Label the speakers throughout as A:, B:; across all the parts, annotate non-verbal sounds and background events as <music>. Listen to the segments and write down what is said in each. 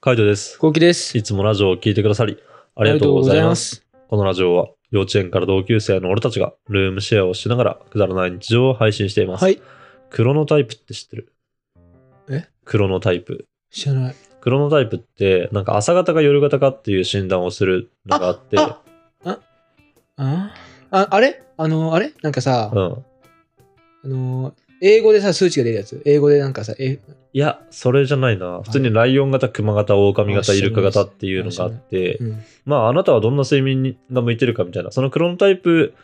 A: カイトです。
B: こうきです。
A: いつもラジオを聞いてくださり、あ
B: あ
A: りがとうございます。
B: す。
A: このラジオは、幼稚園から同級生の俺たちが、ルームシェアをしながら、くだらない日常を配信しています。
B: はい。
A: クロノタイプって知ってる
B: え
A: クロノタイプ。
B: 知らない。
A: クロノタイプって、なんか朝方か夜型かっていう診断をするのがあって、
B: ああああれあの、あれなんかさ、
A: うん。
B: あの、英語でさ、数値が出るやつ。英語でなんかさ、え、
A: いや、それじゃないな。普通にライオン型、クマ型、オオカミ型、
B: あ
A: イルカ型っていうのがあって
B: う、ん。
A: まあ、あなたはどんな睡眠にが向いてるかみたいな、そのクロノタイプ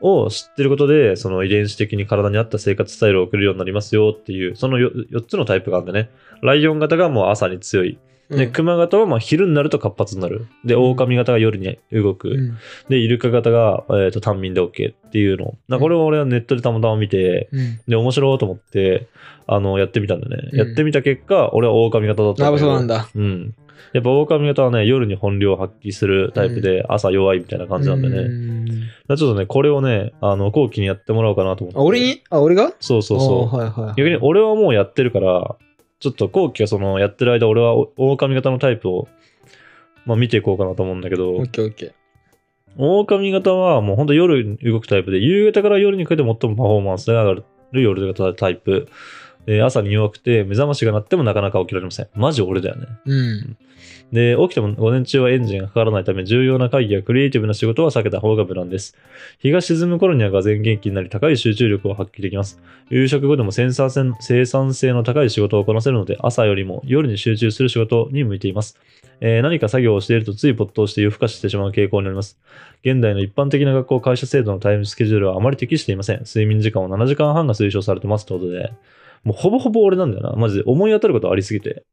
A: を知ってることで、その遺伝子的に体に合った生活スタイルを送るようになりますよっていう、その 4, つのタイプがあるんだね。ライオン型がもう朝に強い。で、クマ型はまあ昼になると活発になる。で、
B: うん
A: オオカミ型が夜に動く。
B: うん。
A: で、イルカ型が、えー、と短眠で OK っていうの。なこれを俺はネットでたまたま見て、
B: うん。
A: で、面白いと思って、あの、やってみたんだね。
B: うん
A: やってみた結果、俺は狼型だった
B: あ、
A: んだけ
B: そう
A: ど
B: なんだ。
A: うん。やっぱ狼型はね、夜に本領を発揮するタイプで、朝弱いみたいな感じなんでね。だか
B: ね。
A: らちょっとね、これをね、あの、後期にやってもらおうかなと思って。
B: あ、俺にあ、俺が
A: そうそうそう。
B: う。はいはい。
A: 逆に俺はもうやってるから、ちょっと後期がその、やってる間、俺はお狼型のタイプを、まあ見ていこうかなと思うんだけ
B: オ
A: ど
B: ッ、ケーオッケー。
A: 狼型はもうほんと夜に動くタイプで、夕方から夜にかけて最もパフォーマンスが上がる夜型タイプ。えー朝に弱くて、目覚ましが鳴ってもなかなか起きられません。マジ俺だよね。
B: うん。
A: で、起きても午前中はエンジンがかからないため、重要な会議やクリエイティブな仕事は避けた方が無難です。日が沈む頃にはが全元気になり、高い集中力を発揮できます。夕食後でも生産性生産性の高い仕事をこなせるので、朝よりも夜に集中する仕事に向いています。えー何か作業をしているとつい没頭して夜更かししてしまう傾向になります。現代の一般的な学校会社制度のタイムスケジュールはあまり適していません。睡眠時間を7時間半が推奨されてますということで、もうほぼほぼ俺なんだよな。マジで思い当たることありすぎて。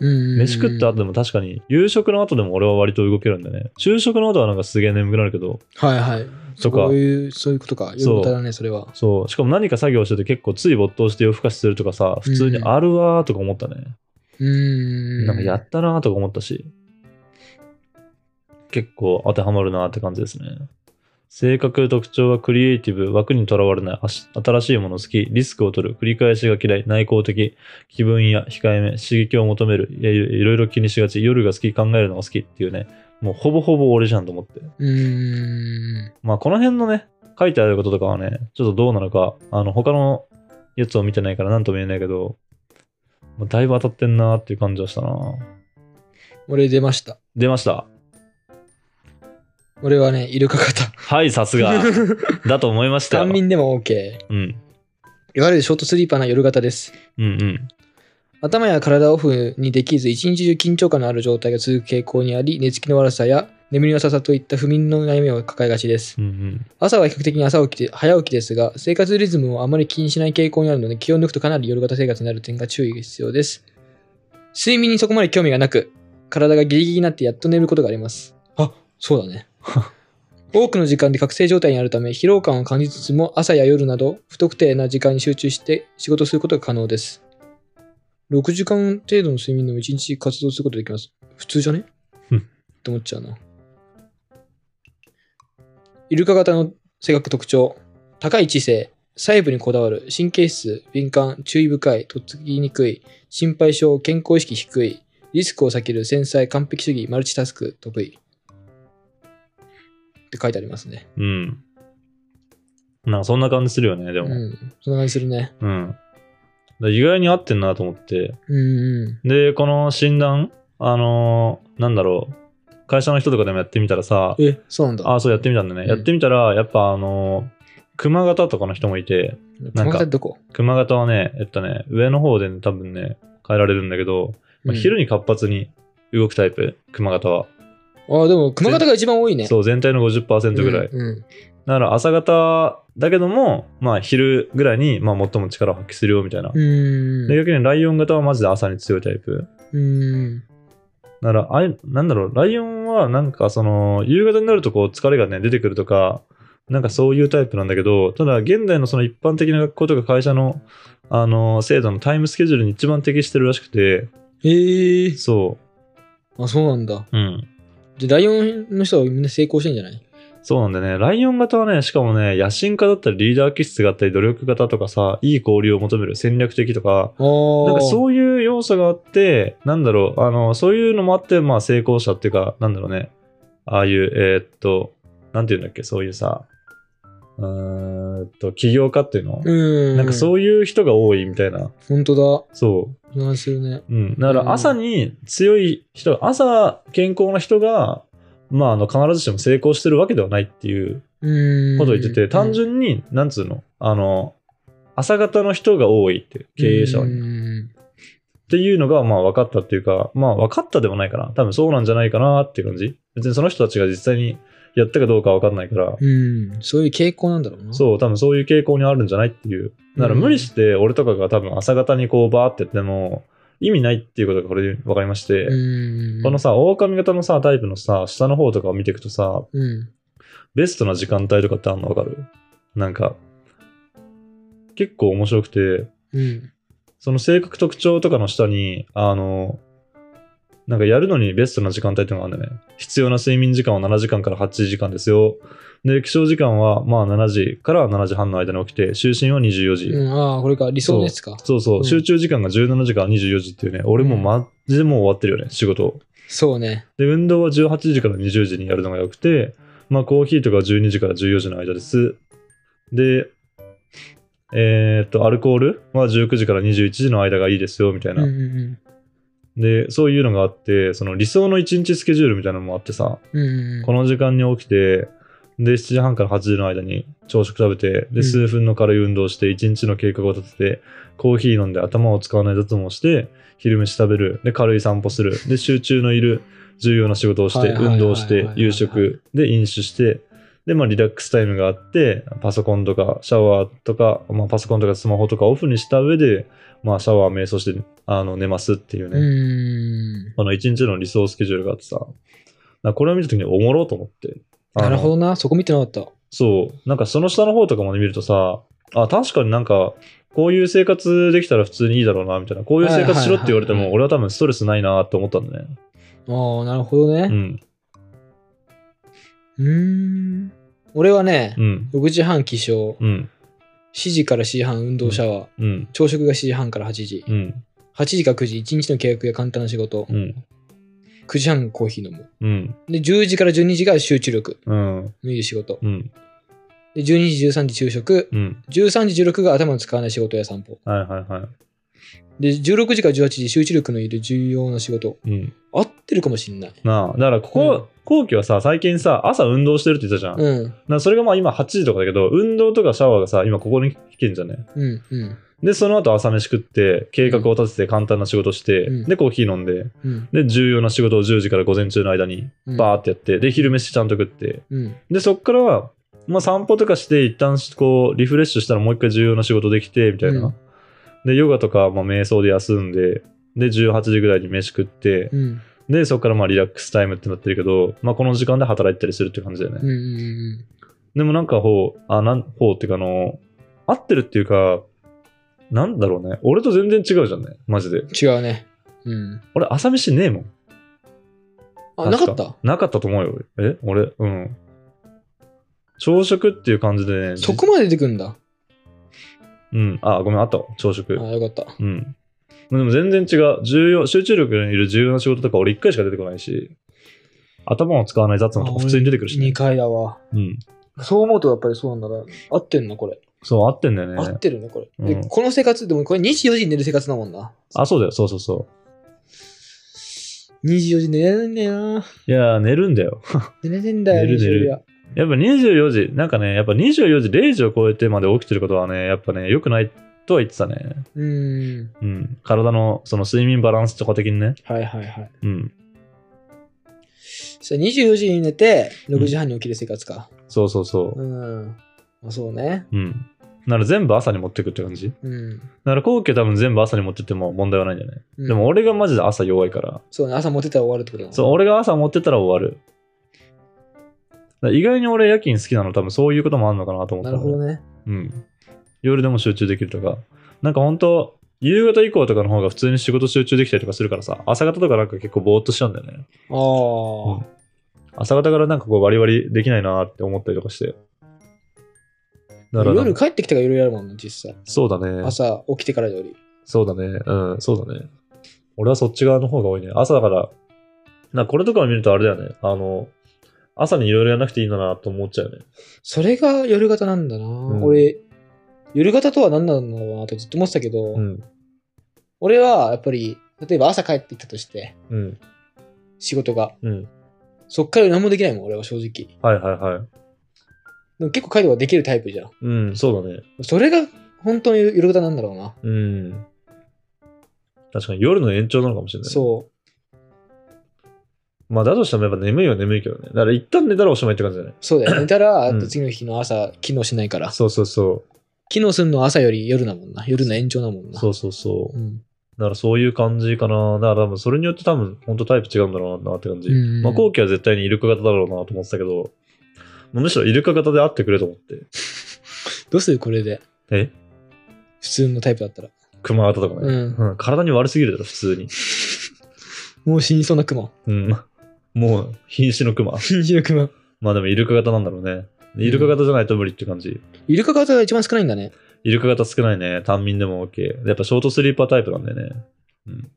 B: うん。
A: 飯食った後でも確かに夕食の後でも俺は割と動けるんだね昼食の後はなんかすげえ眠くなるけど
B: はいはい。
A: とか
B: そういう、そういうことか。
A: そう
B: よく歌だね、それは。
A: そうしかも何か作業してて結構つい没頭して夜更かしするとかさ普通にあるわーとか思ったね、
B: うん。
A: なんかやったなーとか思ったし結構当てはまるなーって感じですね性格特徴はクリエイティブ枠にとらわれないあし新しいもの好きリスクを取る繰り返しが嫌い内向的気分や控えめ刺激を求めるいやいろいろいろ気にしがち夜が好き考えるのが好きっていうねもうほぼほぼ俺じゃんと思って
B: うん。
A: まあ、この辺のね、書いてあることとかはね、ちょっとどうなのか、あの、他のやつを見てないから何とも言えないけど、まあ、だいぶ当たってんなーっていう感じはしたな
B: 俺出ました。
A: 出ました。
B: 俺はね、イルカ型。
A: はい、さ
B: <laughs>
A: すが。だと思いましたよ。
B: 短眠でも OK。
A: うん。
B: いわゆるショートスリーパーな夜型です。
A: うんうん。
B: 頭や体をオフにできず、一日中緊張感のある状態が続く傾向にあり、寝つきの悪さや眠りのささといった不眠の悩みを抱えがちです。
A: うんうん。
B: 朝は比較的に朝起きて早起きですが、生活リズムをあまり気にしない傾向にあるので、気を抜くとかなり夜型生活になる点が注意が必要です。睡眠にそこまで興味がなく、体がギリギリになってやっと眠ることがあります。あ、そうだね。 <laughs> 多くの時間で覚醒状態にあるため、疲労感を感じつつも朝や夜など不特定な時間に集中して仕事することが可能です。6時間程度の睡眠でも1日活動することができます。普通じゃね
A: うん
B: って思っちゃうな。イルカ型の性格特徴。高い知性。細部にこだわる。神経質。敏感。注意深い。とっつきにくい。心配性。健康意識低い。リスクを避ける。繊細。完璧主義。マルチタスク。得意。って書いてありますね。
A: うん。なんかそんな感じするよね、で
B: う
A: も。
B: ん。そんな感じするね。
A: うん。だから意外に合ってんなと思って。
B: うんう
A: で、この診断、あのーなんだろう。会社の人とかでもやってみたらさ、
B: ん。え、そうなんだ。
A: あ、そうやってみたんだね。
B: うん
A: やってみたら、やっぱあの、熊型とかの人もいて、なん
B: 熊
A: か
B: 型どこ、
A: 熊型はね、えっとね、上の方でね、多分ね、変えられるんだけど、まあ
B: うん
A: 昼に活発に動くタイプ、熊型は。
B: あ、でも熊型が一番多いね。
A: そう、全体の50%ぐらい。
B: うんうん
A: だから朝型だけども、まあ昼ぐらいに、まあ最も力を発揮するよみたいな。
B: う
A: で、
B: ん。
A: 逆にライオン型はマジで朝に強いタイプ。
B: うん。
A: だから、あいなんだろう、ライオンはなんかその、夕方になるとこう疲れがね、出てくるとか、なんかそういうタイプなんだけど、ただ現代のその一般的な学校とか会社の、あの、制度のタイムスケジュールに一番適してるらしくて、
B: ええ
A: そ
B: あ、そうなんだ。
A: う、うん。
B: じゃあライオンの人はみんな成功してんじゃない
A: そうなんだよね。ライオン型はね、しかもね、野心家だったりリーダー気質があったり努力型とかさ、いい交流を求める戦略的とか、
B: お
A: なんか
B: う。
A: そういう要素があって、なんだろう、あの、そういうのもあって、まあ成功者っていうか、なんだろうね、ああいう、えーっと、なんていうんだっけ、そういうさ、うーんと、起業家っていうの、
B: うん。
A: なんか
B: う。
A: そういう人が多いみたいな。
B: 本当
A: そう。
B: だ。そんな話するね。
A: うん、だか
B: うん
A: ら朝に強い人、朝健康な人が、まあ、あの必ずしも成功してるわけではないっていう
B: うん。
A: ことを言ってて、単純に、なんつうの、あの、朝方の人が多いって、経営者は
B: う
A: ね
B: ん。
A: っていうのが、まあ分かったっていうか、まあ分かったでもないかな。多分そうなんじゃないかなっていう感じ。別にその人たちが実際にやったかどうかは分かんないから、
B: うん。そういう傾向なんだろうな。
A: そう、多分そういう傾向にあるんじゃないっていう。だから
B: うん
A: 無理して俺とかが多分朝方にこうバーってやっても、意味ないっていうことがこれで分かりまして、
B: うん。
A: このさ、狼型のさ、タイプのさ、下の方とかを見ていくとさ、
B: うん。
A: ベストな時間帯とかってあんのわかるなんか、結構面白くて、
B: うん。
A: その性格特徴とかの下に、あの、なんかやるのにベストな時間帯ってのがあるんだよね。必要な睡眠時間は7時間から8時間ですよ。で、起床時間はまあ7時から7時半の間に起きて、就寝は24時。
B: うん、ああ、これか。理想のやつか。
A: そうそう、
B: うん
A: 集中時間が17時から24時っていうね、俺もうマジでもう終わってるよね、仕事を。
B: そうね。
A: で、運動は18時から20時にやるのが良くて、まあ、コーヒーとかは12時から14時の間です。で、えーっと、アルコールは19時から21時の間がいいですよ、みたい
B: うん
A: な。
B: うん
A: で、そういうのがあって、その理想の1日スケジュールみたいなのもあってさ、
B: うん。うんうん。
A: この時間に起きて、で、7時半から8時の間に朝食食べて、
B: ん
A: で、数分の軽い運動して、1日の計画を立てて、コーヒー飲んで頭を使わない雑務をして、昼飯食べる、で、軽い散歩する、で、集中のいる重要な仕事をし
B: はい
A: て、
B: はいはいは
A: 運
B: い
A: 動して
B: は、い
A: 夕食、で、飲酒して、で、まあ、リラックスタイムがあって、パソコンとか、シャワーとか、まあ、パソコンとかスマホとかオフにした上で、まあ、シャワー、瞑想して、あの、寝ますっていうね、
B: うん。
A: この1日の理想スケジュールがあってさ、だからこれを見たときにおもろと思って。あの
B: なるほどな。そこ見てなかった。
A: そう。なんかその下の方とかまで見るとさ、あ、確かになんか、こういう生活できたら普通にいいだろうな、みたいな。こういう生活しろって言われて
B: はいはいはいはい
A: も、俺は多分ストレスないなって思ったんだね。
B: ああ、なるほど
A: う
B: ね。
A: ん。
B: うーん。俺はね
A: う、ん。
B: 6時半起床、
A: うん。
B: 7時から4時半運動シャワー、
A: うん。
B: 朝食が7時半から8時、
A: うん。
B: 8時から9時、1日の契約や簡単な仕事、
A: うん。
B: 9時半コーヒー飲む。
A: うん。
B: で、10時から12時が集中力
A: うん。
B: のいる仕事。
A: うん。
B: で、12時、13時昼食、
A: うん。
B: 13時16が頭の使わない仕事や散歩。
A: はいはいはい。
B: で、16時から18時集中力のいる重要な仕事。
A: うん。
B: 合ってるかもしんない。
A: なあ、だからこ
B: うん
A: こ、後期はさ、最近さ、朝運動してるって言ってたじゃん。
B: うん、
A: なそれがまあ今8時とかだけど、運動とかシャワーがさ、今ここに来てんじゃんね。
B: うん、うん、
A: で、その後朝飯食って、計画を立てて簡単な仕事して、
B: うん
A: で、コーヒー飲んで、
B: うん、
A: で、重要な仕事を10時から午前中の間に、
B: うん
A: バーってやって、で、昼飯ちゃんと食って、
B: うん、
A: で、そっからは、まあ散歩とかして、一旦こう、リフレッシュしたらもう一回重要な仕事できて、みたいな。
B: うん
A: で、ヨガとか、まあ瞑想で休んで、で、18時ぐらいに飯食って、
B: うん、
A: で、そっからまあリラックスタイムってなってるけど、まあこの時間で働いたりするっていう感じだよね。
B: うん、うん、
A: でもなんかほう、あ、なん、ほうっていうかあの、合ってるっていうか、なんだろうね。俺と全然違うじゃんね。マジで。
B: 違うね。うん。
A: 俺、朝飯ねえもん。
B: あ、なかった
A: なかったと思うよ。え俺、うん。朝食っていう感じでね。
B: そこまで出てくんだ。
A: うん。あ、ごめん、あったわ朝食。
B: あよかった。
A: うん。でも全然違う。重要、集中力のいる重要な仕事とか俺一回しか出てこないし、頭を使わない雑務とか普通に出てくるし、
B: 2
A: ね。
B: 回だわ。
A: うん。
B: そう思うとやっぱりそうなんだな。合ってんな、これ。
A: そう、合ってんだよ
B: 合
A: ね
B: っ。てるね、これ。で
A: うん
B: この生活、でもこれ24時に寝る生活だもんな。
A: あ、そうだよ。そうそうそ
B: 24時寝れないんだよな。
A: う。いやー、寝るんだよ。
B: 寝れてんだよ、
A: 寝る寝る
B: 24時は
A: やっぱ24時、なんかね、やっぱ24時0時を超えてまで起きてることはね、やっぱね、良くないとは言ってたね。
B: うーん。
A: うん。体の、その睡眠バランスとか的にね。
B: はいはいはい。
A: うん。
B: それ24時に寝て、6時半に起きる生活か。
A: そうそうそう
B: う。ん。まあ、そうね。
A: うん。なら全部朝に持ってくって感じ。
B: うん。
A: なら後期は多分全部朝に持ってっても問題はないんだよね。
B: うん
A: でも、俺がマジで朝弱いから。
B: そうね、朝持ってたら終わるってことだな。
A: そう、俺が朝持ってったら終わる。だから意外に俺夜勤好きなの多分そういうこともあるのかなと思った
B: な
A: の
B: る
A: ね
B: ほどね。
A: うん。夜でも集中できるとか。なんか本当夕方以降とかの方が普通に仕事集中できたりとかするからさ、朝方とかなんか結構ぼーっとしちゃうんだよね。
B: ああ、
A: 朝方からなんかこうバリバリできないなって思ったりとかして。だからなん
B: 夜
A: か
B: 帰ってきてからいろいろあるもんね、実際。
A: そうだね。
B: 朝起きてからより。
A: そうだね。うん、そうだね。俺はそっち側の方が多いね。朝だから、なんかこれとかを見るとあれだよね。あの、朝にいろいろやらなくていいんだなと思っちゃうね。
B: それが夜型なんだな、
A: ん
B: 俺、夜型とは何なんだろうなってずっと思ってたけど、
A: うん。
B: 俺はやっぱり、例えば朝帰ってきたとして、
A: うん。
B: 仕事が。
A: うん。
B: そっから何もできないもん、俺は正直。
A: はいはいはい。
B: でも結構帰ればできるタイプじゃん。
A: うん、そうだね。
B: それが本当に夜型なんだろうな。
A: うん。確かに夜の延長なのかもしれない。
B: そう。
A: う。まあだとしてもやっぱ眠いは眠いけどね。だから一旦寝たらおしまいって感じだね。
B: そう
A: <coughs>
B: だよ。寝たら、
A: うん
B: あと次の日の朝、機能しないから。
A: そうそうそ
B: 機能するのは朝より夜だもんな。夜の延長だもん
A: う。
B: な。
A: そうそうそう
B: う。ん。
A: だからそういう感じかな。だから多分それによって多分本当タイプ違うんだろうなって感じ。
B: うんうんうん
A: まあ後期は絶対にイルカ型だろうなと思ってたけど、まあむしろイルカ型で会ってくれと思って。
B: どうするこれで。
A: え
B: 普通のタイプだったら。
A: クマ型とか
B: う
A: ね、
B: ん。
A: うん。体に悪すぎるだろ、普通に。
B: もう死にそうな熊。
A: うん。 <laughs> もう瀕死のクマ。
B: 死にそうな熊。
A: まあでもイルカ型なんだろうね。イルカ型じゃないと無理って感じ。
B: イルカ型が一番少ないんだね。
A: イルカ型少ないね。単民でも OK。やっぱショートスリーパータイプなんだよね。うん。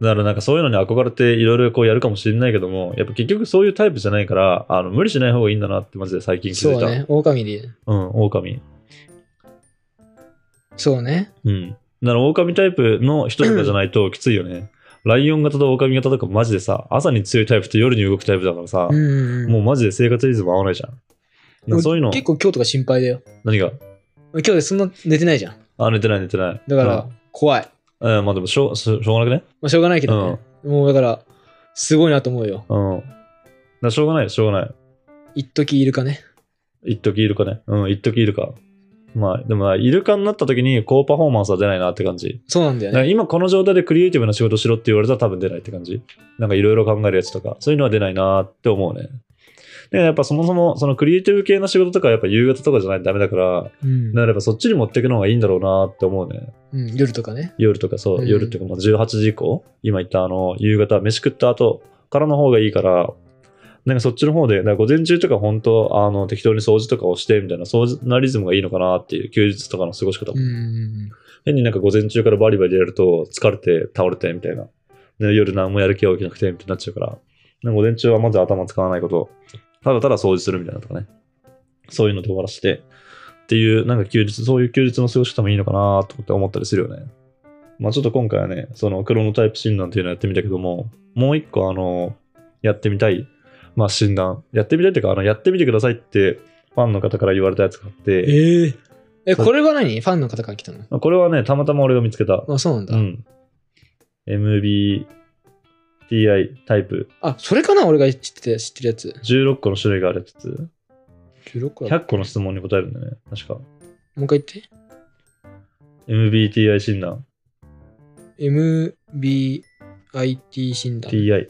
A: だからなんかそういうのに憧れていろいろこうやるかもしれないけども、やっぱ結局そういうタイプじゃないから、あの無理しない方がいいんだなってマジで最近気づ
B: そ
A: いうた。
B: だね。狼で。
A: うん、狼。
B: そうね。
A: うん。だから狼タイプの人とかじゃないときついよね。ライオン型と狼型とかマジでさ、朝に強いタイプと夜に動くタイプだからさ、
B: うんうんうん。
A: もうマジで生活リズム合わないじゃん。
B: でも
A: そういうの、
B: 結構今日とか心配だよ。
A: 何が
B: 今日でそんな寝てないじゃん。
A: あ、寝てない寝てない。
B: だから、怖い。
A: うん、うんまあでもしょう、しょうがなくね
B: まあ、しょうがないけどね。もうだから、すごいなと思うよ。
A: うん。だからしょうがないよ、しょうがない。
B: 一時イルカね。
A: 一時イルカね。うん、一時イルカ。まあ、でもな、イルカになった時に高パフォーマンスは出ないなって感じ。
B: そうなんだよ
A: なんか
B: ね。
A: 今この状態でクリエイティブな仕事しろって言われたら多分出ないって感じ。なんかいろいろ考えるやつとか、そういうのは出ないなって思うね。で、やっぱそもそも、そのクリエイティブ系の仕事とかはやっぱ夕方とかじゃないとダメだから、
B: うん
A: なればそっちに持っていくのがいいんだろうなって思うね。
B: うん。夜とかね。
A: 夜とかそう、
B: うん
A: 夜っていうかまあ18時以降、今言ったあの、夕方、飯食った後からの方がいいから、なんかそっちの方で、だから午前中とか本当、あの、適当に掃除とかをしてみたいな、掃除なリズムがいいのかなっていう、休日とかの過ごし方も
B: うんうん
A: 変になんか午前中からバリバリやると疲れて倒れてみたいな。で夜何もやる気が起きなくてみたいになっちゃうから。なんか午前中はまず頭使わないこと。ただただ掃除するみたいなとかね。そういうので終わらせて。っていう、なんか休日、そういう休日の過ごし方もいいのかなとかって思ったりするよね。まあちょっと今回はね、そのクロノタイプ診断っていうのをやってみたけども、もう一個あの、やってみたい、まあ診断。やってみたいっていうか、あの、やってみてくださいってファンの方から言われたやつがあっ
B: うん。
A: て、
B: ええ。え、これは何ファンの方から来たの
A: まあこれはね、たまたま俺が見つけた。
B: あ、そうなんだ
A: う。ん。MBTI タイプ
B: あ、それかな俺が知ってて知ってるやつ。
A: 16個の種類があるやつ
B: 16個だ
A: 100個の質問に答えるんだよね確か
B: もう一回言って。
A: MBTI 診断
B: MBIT 診断。
A: TI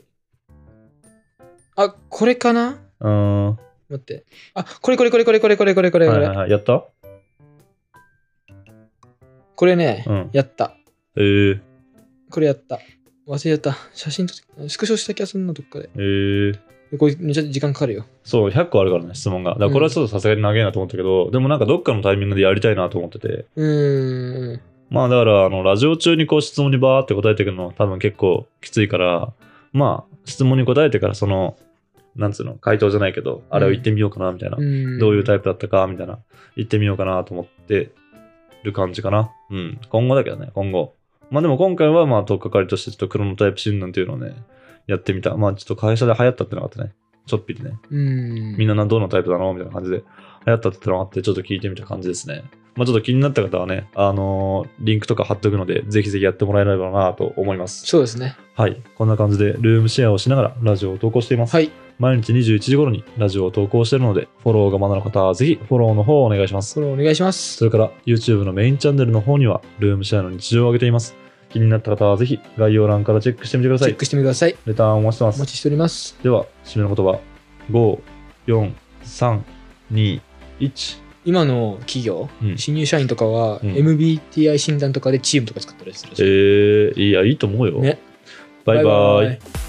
B: あ、これかな
A: あーは
B: 待って。あ、これこれこれこれこれこれこれこ
A: い
B: れこ
A: はい
B: れ。
A: はいやった
B: これね
A: う、ん
B: やった。
A: えー、
B: これやった。忘れちゃった。写真撮って、スクショした気がするな、どっかで。
A: えー、
B: これめっちゃ時間かかるよ。
A: そう100個あるからね質問がだからこれはちょっとさすがに長いなと思ったけど、でもなんかどっかのタイミングでやりたいなと思ってて
B: うーん。
A: まあだからあのラジオ中にこう質問にバーって答えていくの多分結構きついからまあ質問に答えてからそのなんつうの回答じゃないけどあれを言ってみようかなみたいな、
B: うん
A: どういうタイプだったかみたいな、行ってみようかなと思ってる感じかな。うん。今後だけどね、今後。まあでも今回は、まあ、とっかかりとして、ちょっとクロノタイプ診断っていうのをね、やってみた。まあ、ちょっと会社で流行ったってのがあってね、ちょっぴりね、
B: うん。
A: みんななどのタイプだのみたいな感じで、流行ったってのがあって、ちょっと聞いてみた感じですね。まあ、ちょっと気になった方はね、あのーリンクとか貼っとくので、ぜひぜひやってもらえればなと思います。
B: そうですね。
A: はい。こんな感じで、ルームシェアをしながらラジオを投稿しています。
B: はい。
A: 毎日21時頃にラジオを投稿しているので、フォローがまだの方はぜひフォローの方をお願いします。
B: それお願いします
A: そ。れから YouTube のメインチャンネルの方には、ルームシェアの日常を上げています。気になった方はぜひ概要欄からチェックしてみてくだ
B: チ
A: さ
B: ェッ
A: い。
B: クしてみてください。
A: レターンをお待ちしてま
B: お
A: す。
B: 待ちしております。
A: では、締めの言葉。5、4、3、2、1。
B: 今の企業、
A: うん
B: 新入社員とかは、
A: うん
B: MBTI 診断とかでチームとか作ったりするし
A: えー、いや、いいと思うよ。
B: ね
A: バイバイ。
B: イ。